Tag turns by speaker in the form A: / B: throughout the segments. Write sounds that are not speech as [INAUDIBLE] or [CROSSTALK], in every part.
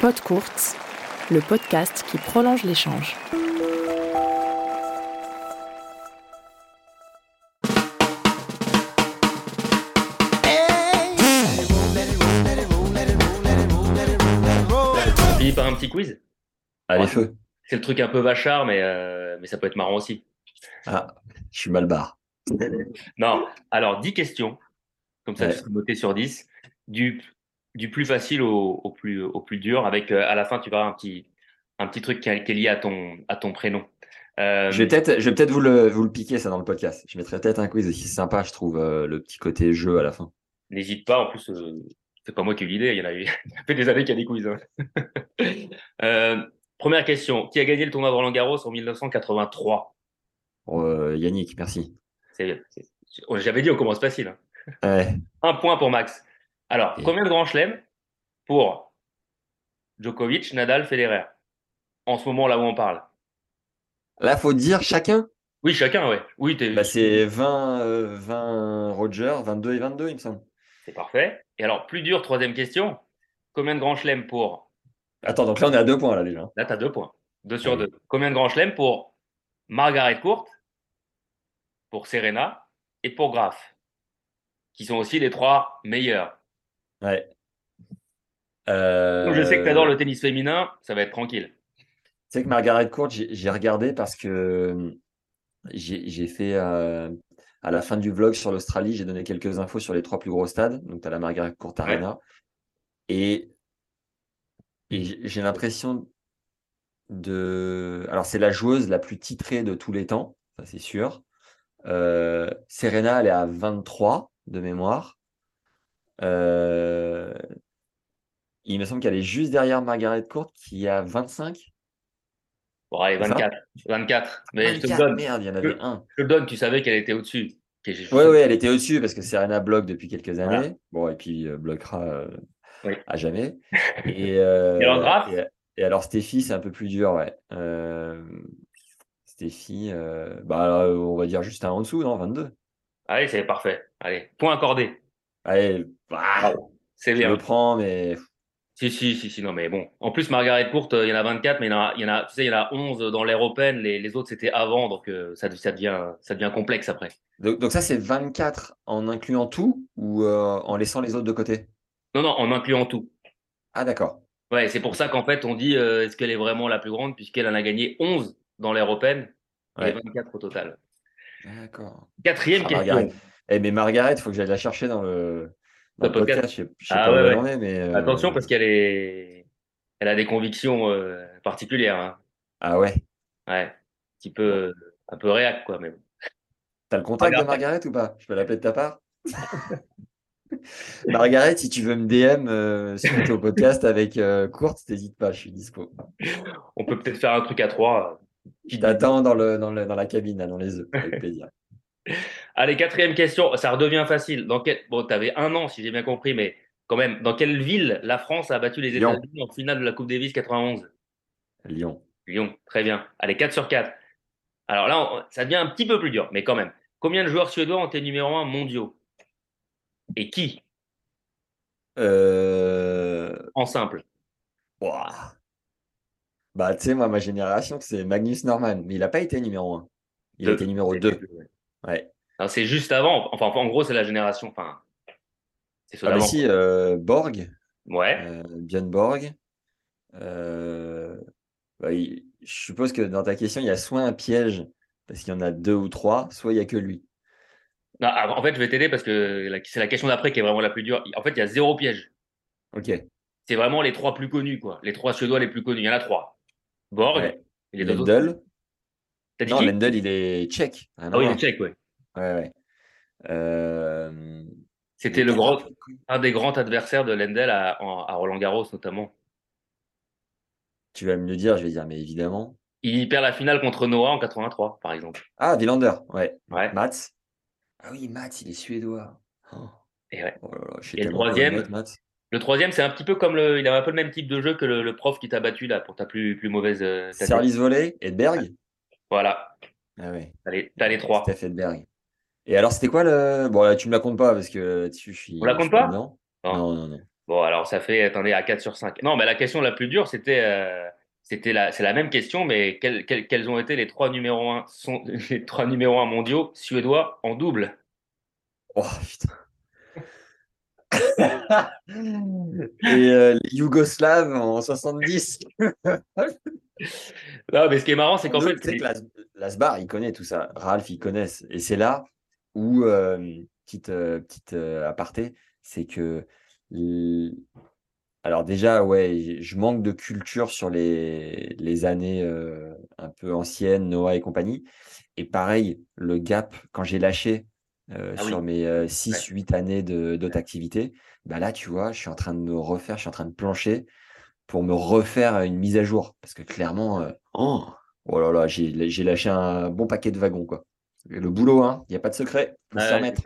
A: Podcourts, le podcast qui prolonge l'échange.
B: On finit par un petit quiz.
C: Allez,
B: Allez,
C: feu.
B: c'est le truc un peu vachard, mais, euh, mais ça peut être marrant aussi.
C: Je suis mal barre.
B: Non, alors 10 questions, comme ça
C: Ouais.
B: tu seras noté sur 10, du, du plus facile au, au plus, au plus dur, avec euh, à la fin tu verras un petit, un petit truc qui est qui est lié à ton, à ton prénom. Euh,
C: Je vais peut-être, je vais peut-être vous le, vous le piquer ça dans le podcast. Je mettrai peut-être un quiz aussi sympa, je trouve, euh, le petit côté jeu à la fin.
B: N'hésite pas, en plus, euh, c'est pas moi qui ai eu l'idée, il y en a eu, [LAUGHS] ça fait des années qu'il y a des quiz. hein. [LAUGHS] Euh, première question, qui a gagné le tournoi de Roland-Garros en 1983
C: Euh, Yannick, merci.
B: C'est- c'est- J'avais dit on commence facile. hein.
C: Ouais.
B: Un point pour Max. Alors,
C: Et-
B: combien de grands chelems pour Djokovic, Nadal, Federer En ce moment, là où on parle.
C: Là, faut dire chacun.
B: Oui, chacun, ouais. Oui, t'es-
C: Bah, c'est 20, euh, 20 Roger, 22 et 22, il me semble.
B: c'est parfait. Et alors, plus dur, troisième question. Combien de grands chelems pour.
C: Attends, donc là, on est à deux points, là, déjà. hein.
B: Là, t'as deux points. Deux sur
C: Ah oui.
B: deux. Combien de grands chelems pour Margaret Court, pour Serena et pour Graf, qui sont aussi les trois meilleurs.
C: Ouais. Euh,
B: Donc, je sais que t'adores le tennis féminin, ça va être tranquille.
C: Tu sais que Margaret Court, j'ai j'ai regardé parce que euh, j'ai j'ai fait euh, à la fin du vlog sur l'Australie, j'ai donné quelques infos sur les trois plus gros stades. Donc, tu as la Margaret Court Arena. Et, et j'ai- j'ai l'impression de. Alors, c'est la joueuse la plus titrée de tous les temps, ça c'est sûr. Euh, Serena, elle est à 23 de mémoire. Euh, il me semble qu'elle est juste derrière Margaret Court qui a 25.
B: Bon, allez,
C: C'est ça
B: 24. 24. Mais je te le
C: 24,
B: donne.
C: Ah, merde, il y en avait un.
B: Je te le donne, tu savais qu'elle était au-dessus. Que j'ai-
C: Ouais, ouais, elle était au-dessus parce que Serena bloque depuis quelques
B: Voilà.
C: années. Bon, et puis euh, bloquera euh,
B: Oui. [LAUGHS]
C: à jamais. Et, euh,
B: alors, Graf
C: et, et alors, Stéphie, c'est un peu plus dur, ouais. Euh, Stéphie, euh, bah, euh, on va dire juste un en dessous, non 22.
B: Allez, c'est parfait. Allez, point accordé.
C: Allez, bah,
B: Ah, C'est
C: je le
B: bien.
C: prends, mais
B: Si, si, si, si, non, mais bon. En plus, Margaret Court, euh, il y en a 24, mais il y en a, il y en a, tu sais, il y en a 11 dans l'ère open. Les, les autres, c'était avant, donc euh, ça, ça, devient, ça devient complexe après.
C: donc, donc ça, c'est 24 en incluant tout ou euh, en laissant les autres de côté
B: Non, non, en incluant tout.
C: Ah, d'accord.
B: Ouais, c'est pour ça qu'en fait, on dit euh, est-ce qu'elle est vraiment la plus grande, puisqu'elle en a gagné 11 dans l'ère open et
C: Ouais.
B: 24 au total.
C: D'accord.
B: Quatrième
C: Ah,
B: question.
C: Margaret. Eh, mais Margaret, il faut que j'aille la chercher dans le, dans
B: Le
C: le
B: podcast.
C: podcast. Je sais, je sais
B: Ah,
C: pas où
B: ouais,
C: elle en est, mais. euh,
B: Attention, parce qu'elle est... elle a des convictions euh, particulières. hein.
C: Ah ouais.
B: Ouais, un petit peu, euh, un peu réac, quoi, mais bon.
C: T'as le contact de
B: Margaret.
C: Margaret ou pas Je peux l'appeler de ta part [LAUGHS] Margaret, si tu veux me DM euh, suite au podcast avec euh, Kurt, t'hésites pas, je suis dispo.
B: On peut peut-être faire un truc à trois. euh, qui-
C: Je t'attends dans, le, dans, le- dans la cabine, là, dans les œufs, avec plaisir.
B: Allez, quatrième question. Ça redevient facile. Dans quel... Bon, tu avais un an, si j'ai bien compris, mais quand même, dans quelle ville la France a battu les
C: Lyon.
B: États-Unis en finale de la Coupe Davis 91
C: Lyon.
B: Lyon, très bien. Allez, 4 sur 4. Alors là, on- ça devient un petit peu plus dur, mais quand même. Combien de joueurs suédois ont été numéro 1 mondiaux Et qui
C: Euh...
B: En simple.
C: ouah. Bah, tu sais, moi, ma génération, c'est Magnus Norman, mais il n'a pas été numéro 1. Il a
B: Deux.
C: été numéro Ah, 2. Oh, Ouais.
B: Non, C'est juste avant. Enfin, en gros, c'est la génération. Enfin, c'est ceux
C: Ah, bah,
B: d'avant.
C: si, euh, Borg,
B: Ouais.
C: euh, Björn Borg. Euh, bah, il- je suppose que dans ta question, il y a soit un piège, parce qu'il y en a deux ou trois, soit il n'y a que lui.
B: Non, ah, en fait, je vais t'aider parce que la- c'est la question d'après qui est vraiment la plus dure. En fait, il y a zéro piège.
C: Ok.
B: C'est vraiment les trois plus connus, quoi. Les trois Suédois les plus connus. Il y en a trois. Borg,
C: Ouais.
B: et les deux autres.
C: Lendl.
B: T'as dit
C: Non,
B: qui
C: Lendl, il est tchèque. rien à
B: Ah oui,
C: voir.
B: le Tchèque, ouais.
C: Ouais, ouais. Euh,
B: C'était le
C: les
B: grand,
C: quatre plus-
B: un des grands adversaires de Lendl à, en- à Roland Garros, notamment.
C: Tu vas me le dire, je vais dire, mais évidemment.
B: Il perd la finale contre Noah en 83, par exemple.
C: Ah, Villander, ouais.
B: Ouais.
C: Mats. Ah oui, Mats, il est suédois. Oh,
B: Et ouais.
C: oh là là, je suis
B: Et le
C: tellement pas
B: troisième
C: honnête, Mats.
B: Le troisième, c'est un petit peu comme le, il a un peu le même type de jeu que le, le prof qui t'a battu là pour ta plus, plus mauvaise. euh, ta-
C: Service volé, Edberg.
B: Voilà.
C: Ah ouais.
B: T'as les, t'as les trois.
C: Steph Edberg. Et alors, c'était quoi le. Bon, là, tu me la comptes pas parce que là-dessus, je suis.
B: On la
C: je
B: compte
C: suis pas
B: pas
C: dedans.
B: Non.
C: Non, non, non.
B: Bon, alors ça fait, attendez, à 4 sur 5. Non, mais la question la plus dure, c'était, euh, c'était la, c'est la même question, mais quels, quels- quels ont été les trois numéros 1, sont, [LAUGHS] les trois numéros 1 mondiaux suédois en double
C: Oh
B: [LAUGHS]
C: putain. [LAUGHS] Et euh, les Yougoslaves en 70.
B: Non, mais ce qui est marrant, c'est qu'en fait,
C: Tu sais
B: les-
C: que Las- Lasbar, il connaît tout ça. Ralph, ils connaissent. Et c'est là où, euh, petite, euh, petite euh, aparté, c'est que. l- Alors, déjà, ouais, j- je manque de culture sur les, les années euh, un peu anciennes, Noah et compagnie. Et pareil, le gap, quand j'ai lâché euh,
B: Ah
C: sur
B: oui.
C: mes 6-8 années de- d'autres activités, bah là, tu vois, je suis en train de me refaire, je suis en train de plancher pour me refaire une mise à jour. Parce que clairement, euh, oh, oh là là, j'ai j'ai lâché un bon paquet de wagons, quoi. Et le boulot, il n'y a pas de secret, faut
B: Ah
C: s'y
B: ouais,
C: remettre.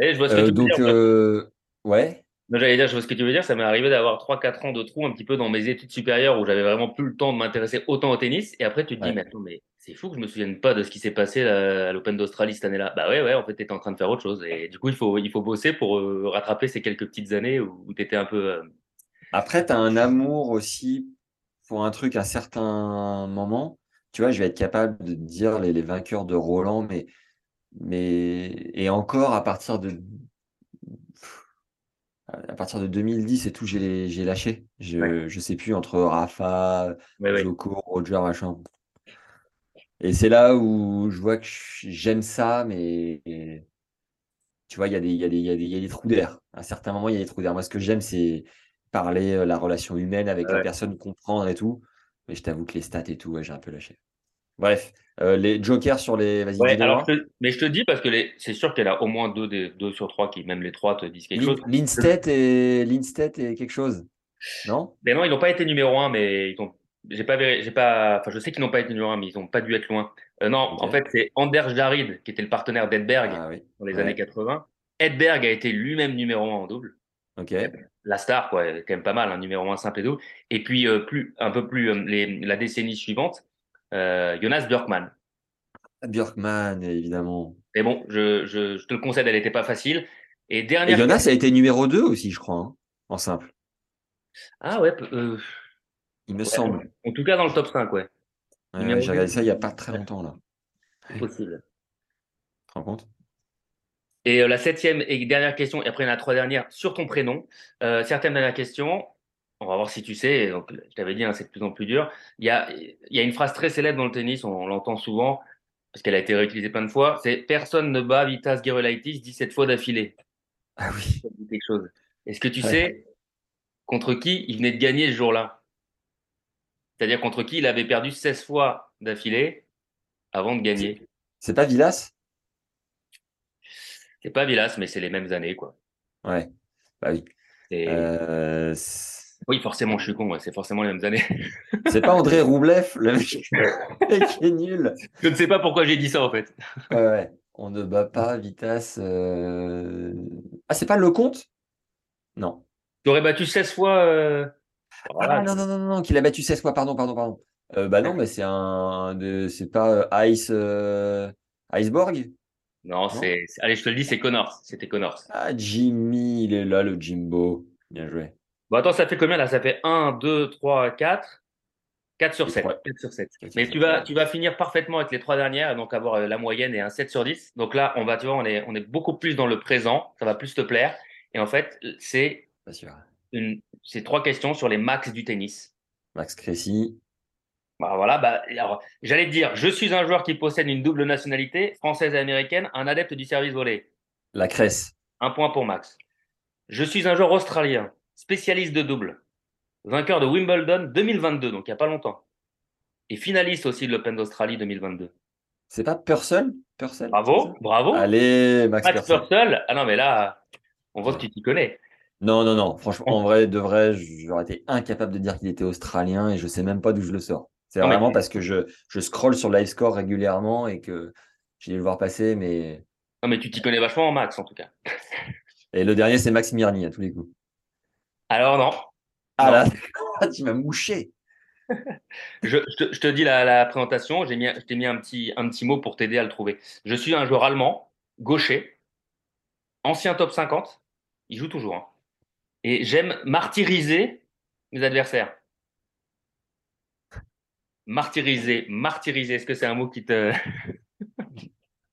B: Eh, je vois ce que
C: Euh,
B: tu veux
C: donc,
B: dire.
C: euh, ouais,
B: Non, J'allais dire, je vois ce que tu veux dire, ça m'est arrivé d'avoir 3-4 ans de trou un petit peu dans mes études supérieures où j'avais vraiment plus le temps de m'intéresser autant au tennis. Et après, tu te dis,
C: Ouais.
B: mais attends, mais c'est fou que je me souvienne pas de ce qui s'est passé là, à l'Open d'Australie cette année-là. Bah ouais, ouais, en fait, tu étais en train de faire autre chose. Et du coup, il faut, il faut bosser pour euh, rattraper ces quelques petites années où, tu étais un peu. euh,
C: Après, tu as un amour aussi pour un truc à certains moments. Tu vois, je vais être capable de te dire les, les vainqueurs de Roland, mais, mais et encore à partir de à partir de 2010 et tout, j'ai j'ai lâché. Je,
B: Ouais.
C: je sais plus entre Rafa,
B: ouais, ouais.
C: Joko, Roger, machin. Et c'est là où je vois que je- j'aime ça, mais tu vois, il y a des, il y a des, il y a des, il y a des trous d'air. À certains moments, il y a des trous d'air. Moi, ce que j'aime, c'est parler euh, la relation humaine avec
B: Ouais.
C: la personne, comprendre et tout. Mais je t'avoue que les stats et tout, ouais, j'ai un peu lâché. Bref, euh, les jokers sur les. Vas-y,
B: Ouais,
C: dis-le
B: alors,
C: moi.
B: je te- mais je te dis parce que les- c'est sûr qu'elle a au moins deux, des, deux sur trois qui, même les trois, te disent quelque
C: Lin-
B: chose.
C: Lindstedt et Lindstedt et quelque chose. Non?
B: Mais Ben non, ils n'ont pas été numéro un, mais ils ont. J'ai pas, vér- j'ai pas, enfin, je sais qu'ils n'ont pas été numéro un, mais ils n'ont pas dû être loin. Euh, non,
C: Ok.
B: en fait, c'est Anders Jarid qui était le partenaire d'Edberg
C: Ah oui.
B: dans les
C: ouais.
B: années 80. Edberg a été lui-même numéro un en double.
C: Ok.
B: La star, quoi, quand même pas mal, hein, numéro un simple et double. Et puis euh, plus, un peu plus euh, les- la décennie suivante, euh, Jonas Björkman.
C: Björkman, évidemment.
B: Mais bon, je, je, je te le concède, elle n'était pas facile. Et
C: Et
B: dernière.
C: Jonas a été numéro 2 aussi, je crois, hein, en simple,
B: Ah ouais. pe- euh,
C: il me
B: ouais,
C: semble.
B: En tout cas, dans le top 5, ouais.
C: Ouais,
B: numéro
C: ouais, j'ai
B: deux.
C: regardé ça il n'y a pas très longtemps, là.
B: C'est possible.
C: Tu te rends compte?
B: Et euh, la septième et dernière question, et après il y en a trois dernières sur ton prénom. Euh, certaines dernières questions, on va voir si tu sais, donc, je t'avais dit, hein, c'est de plus en plus dur. Il y a, il y a une phrase très célèbre dans le tennis, on, l'entend souvent, parce qu'elle a été réutilisée plein de fois, c'est « Personne ne bat Vitas Gerulaitis 17 fois d'affilée
C: Ah oui. ».
B: Ça te dit quelque chose. Est-ce que tu
C: Ouais.
B: sais contre qui il venait de gagner ce jour-là C'est-à-dire contre qui il avait perdu 16 fois d'affilée avant de gagner.
C: C'est pas Villas?
B: C'est pas Vilas, mais c'est les mêmes années, quoi.
C: Ouais. Bah oui.
B: C'est-
C: [LAUGHS] Euh, c'est
B: Oui, forcément, je suis con, ouais, c'est forcément les mêmes années. [LAUGHS]
C: c'est pas André Roublev, le mec le mec qui est [LAUGHS] nul.
B: Je ne sais pas pourquoi j'ai dit ça en fait.
C: Ouais, ouais. On ne bat pas Vitas. euh, Ah, c'est pas Lecomte? Non.
B: Tu aurais battu 16 fois. euh, voilà.
C: Ah, non, non, non, non, non, qu'il a battu 16 fois, pardon, pardon, pardon. Euh, bah non, mais c'est un. de- C'est pas euh, Ice. euh, Iceborg?
B: Non, c'est. c'est- Allez, je te le dis, c'est Connors. C'était Connors.
C: Ah, Jimmy, il est là, le Jimbo. Bien joué.
B: Bon, attends, ça fait combien là Ça fait 1, 2, 3, 4. 4 sur
C: Et
B: 7.
C: trois.
B: 4 sur 7.
C: Quatre sur
B: Mais
C: sept,
B: tu vas,
C: ouais.
B: tu vas finir parfaitement avec les trois dernières, donc avoir euh, la moyenne et un 7 sur 10. Donc là, on va, tu vois, on est, on est beaucoup plus dans le présent. Ça va plus te plaire. Et en fait, c'est
C: Pas sûr.
B: une, c'est trois questions sur les max du tennis.
C: Max Cressy.
B: Bah, voilà, bah, alors, j'allais te dire, je suis un joueur qui possède une double nationalité, française et américaine, un adepte du service volé.
C: La Cresse.
B: Un point pour Max. Je suis un joueur australien, spécialiste de double, vainqueur de Wimbledon 2022, donc il n'y a pas longtemps, et finaliste aussi de l'Open d'Australie 2022.
C: C'est pas Purcell Purcell
B: Bravo, bravo.
C: Allez, Max,
B: Max
C: Purcell.
B: Purcell. Ah non, mais là, on voit que tu t'y connais.
C: Non, non, non.
B: Oh.
C: Franchement, en vrai, de vrai, j'aurais été incapable de dire qu'il était australien et je sais même pas d'où je le sors. C'est
B: Non, mais-
C: vraiment parce que je, je scroll sur Live Score régulièrement et que j'ai dû le voir passer. Mais...
B: Non, mais tu t'y connais vachement en Max, en tout cas.
C: Et le dernier, c'est Max Mirny à tous les coups.
B: Alors non,
C: Ah
B: Non.
C: là, [LAUGHS] tu m'as mouché.
B: je, je te, je te dis la, la présentation, j'ai mis, je t'ai mis un petit, un petit mot pour t'aider à le trouver. Je suis un joueur allemand, gaucher, ancien top 50, il joue toujours, hein, Et j'aime martyriser mes adversaires. Martyriser, martyriser, est-ce que c'est un mot qui te. [LAUGHS]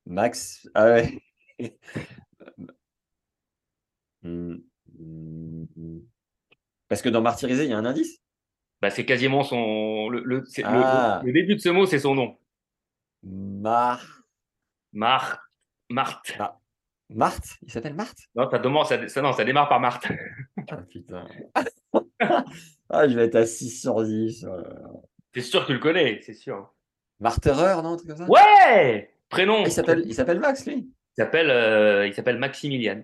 C: Max, ah ouais. [LAUGHS] Hmm, hmm. Parce que dans martyriser, il y a un indice.
B: Bah, c'est quasiment son. Le, le- c'est- le-
C: Ah.
B: le début de ce mot, c'est son nom.
C: Mar...
B: Mar. Marthe.
C: Marthe Il s'appelle Marthe
B: Non, ça, commence, ça, ça- non, ça démarre par Marthe.
C: Ah putain. [LAUGHS] ah, je vais être à 6 sur 10. euh.
B: [LAUGHS] C'est sûr que tu le connais, c'est sûr. hein.
C: Martereur, non un truc comme ça
B: Ouais Prénom.
C: Ah, il s'appelle, il s'appelle Max, lui
B: Il s'appelle euh, il s'appelle Maximilian.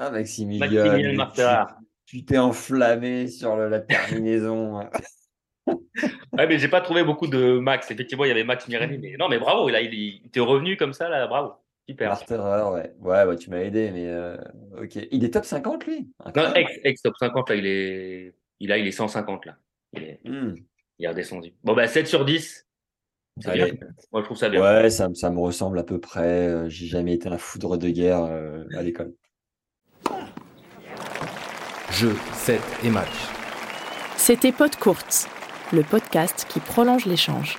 C: Ah, Maximilien.
B: Maximilian
C: mais
B: Marterard.
C: Tu tu t'es enflammé sur le- la terminaison.
B: Ouais, mais j'ai pas trouvé beaucoup de Max. Effectivement, il y avait Max Mirelli. Mais... Non, mais bravo, là, il, il t'est revenu comme ça, là, bravo. [LAUGHS] Super.
C: Martereur, ouais. Ouais, bah, tu m'as aidé, mais euh, ok. Il est top 50, lui
B: Non,
C: Incroyable.
B: ex, ex top 50, là, il est, il a, il est 150, là. Il est,
C: Hmm.
B: il est redescendu. Bon, bah, 7 sur 10. C'est bien.
C: Allez.
B: Moi, je trouve ça bien.
C: Ouais, ça, me- ça me ressemble à peu près. euh, J'ai jamais été un foudre de guerre euh, à l'école.
D: Jeu, 7 et match.
A: C'était Pod Courte, le podcast qui prolonge l'échange.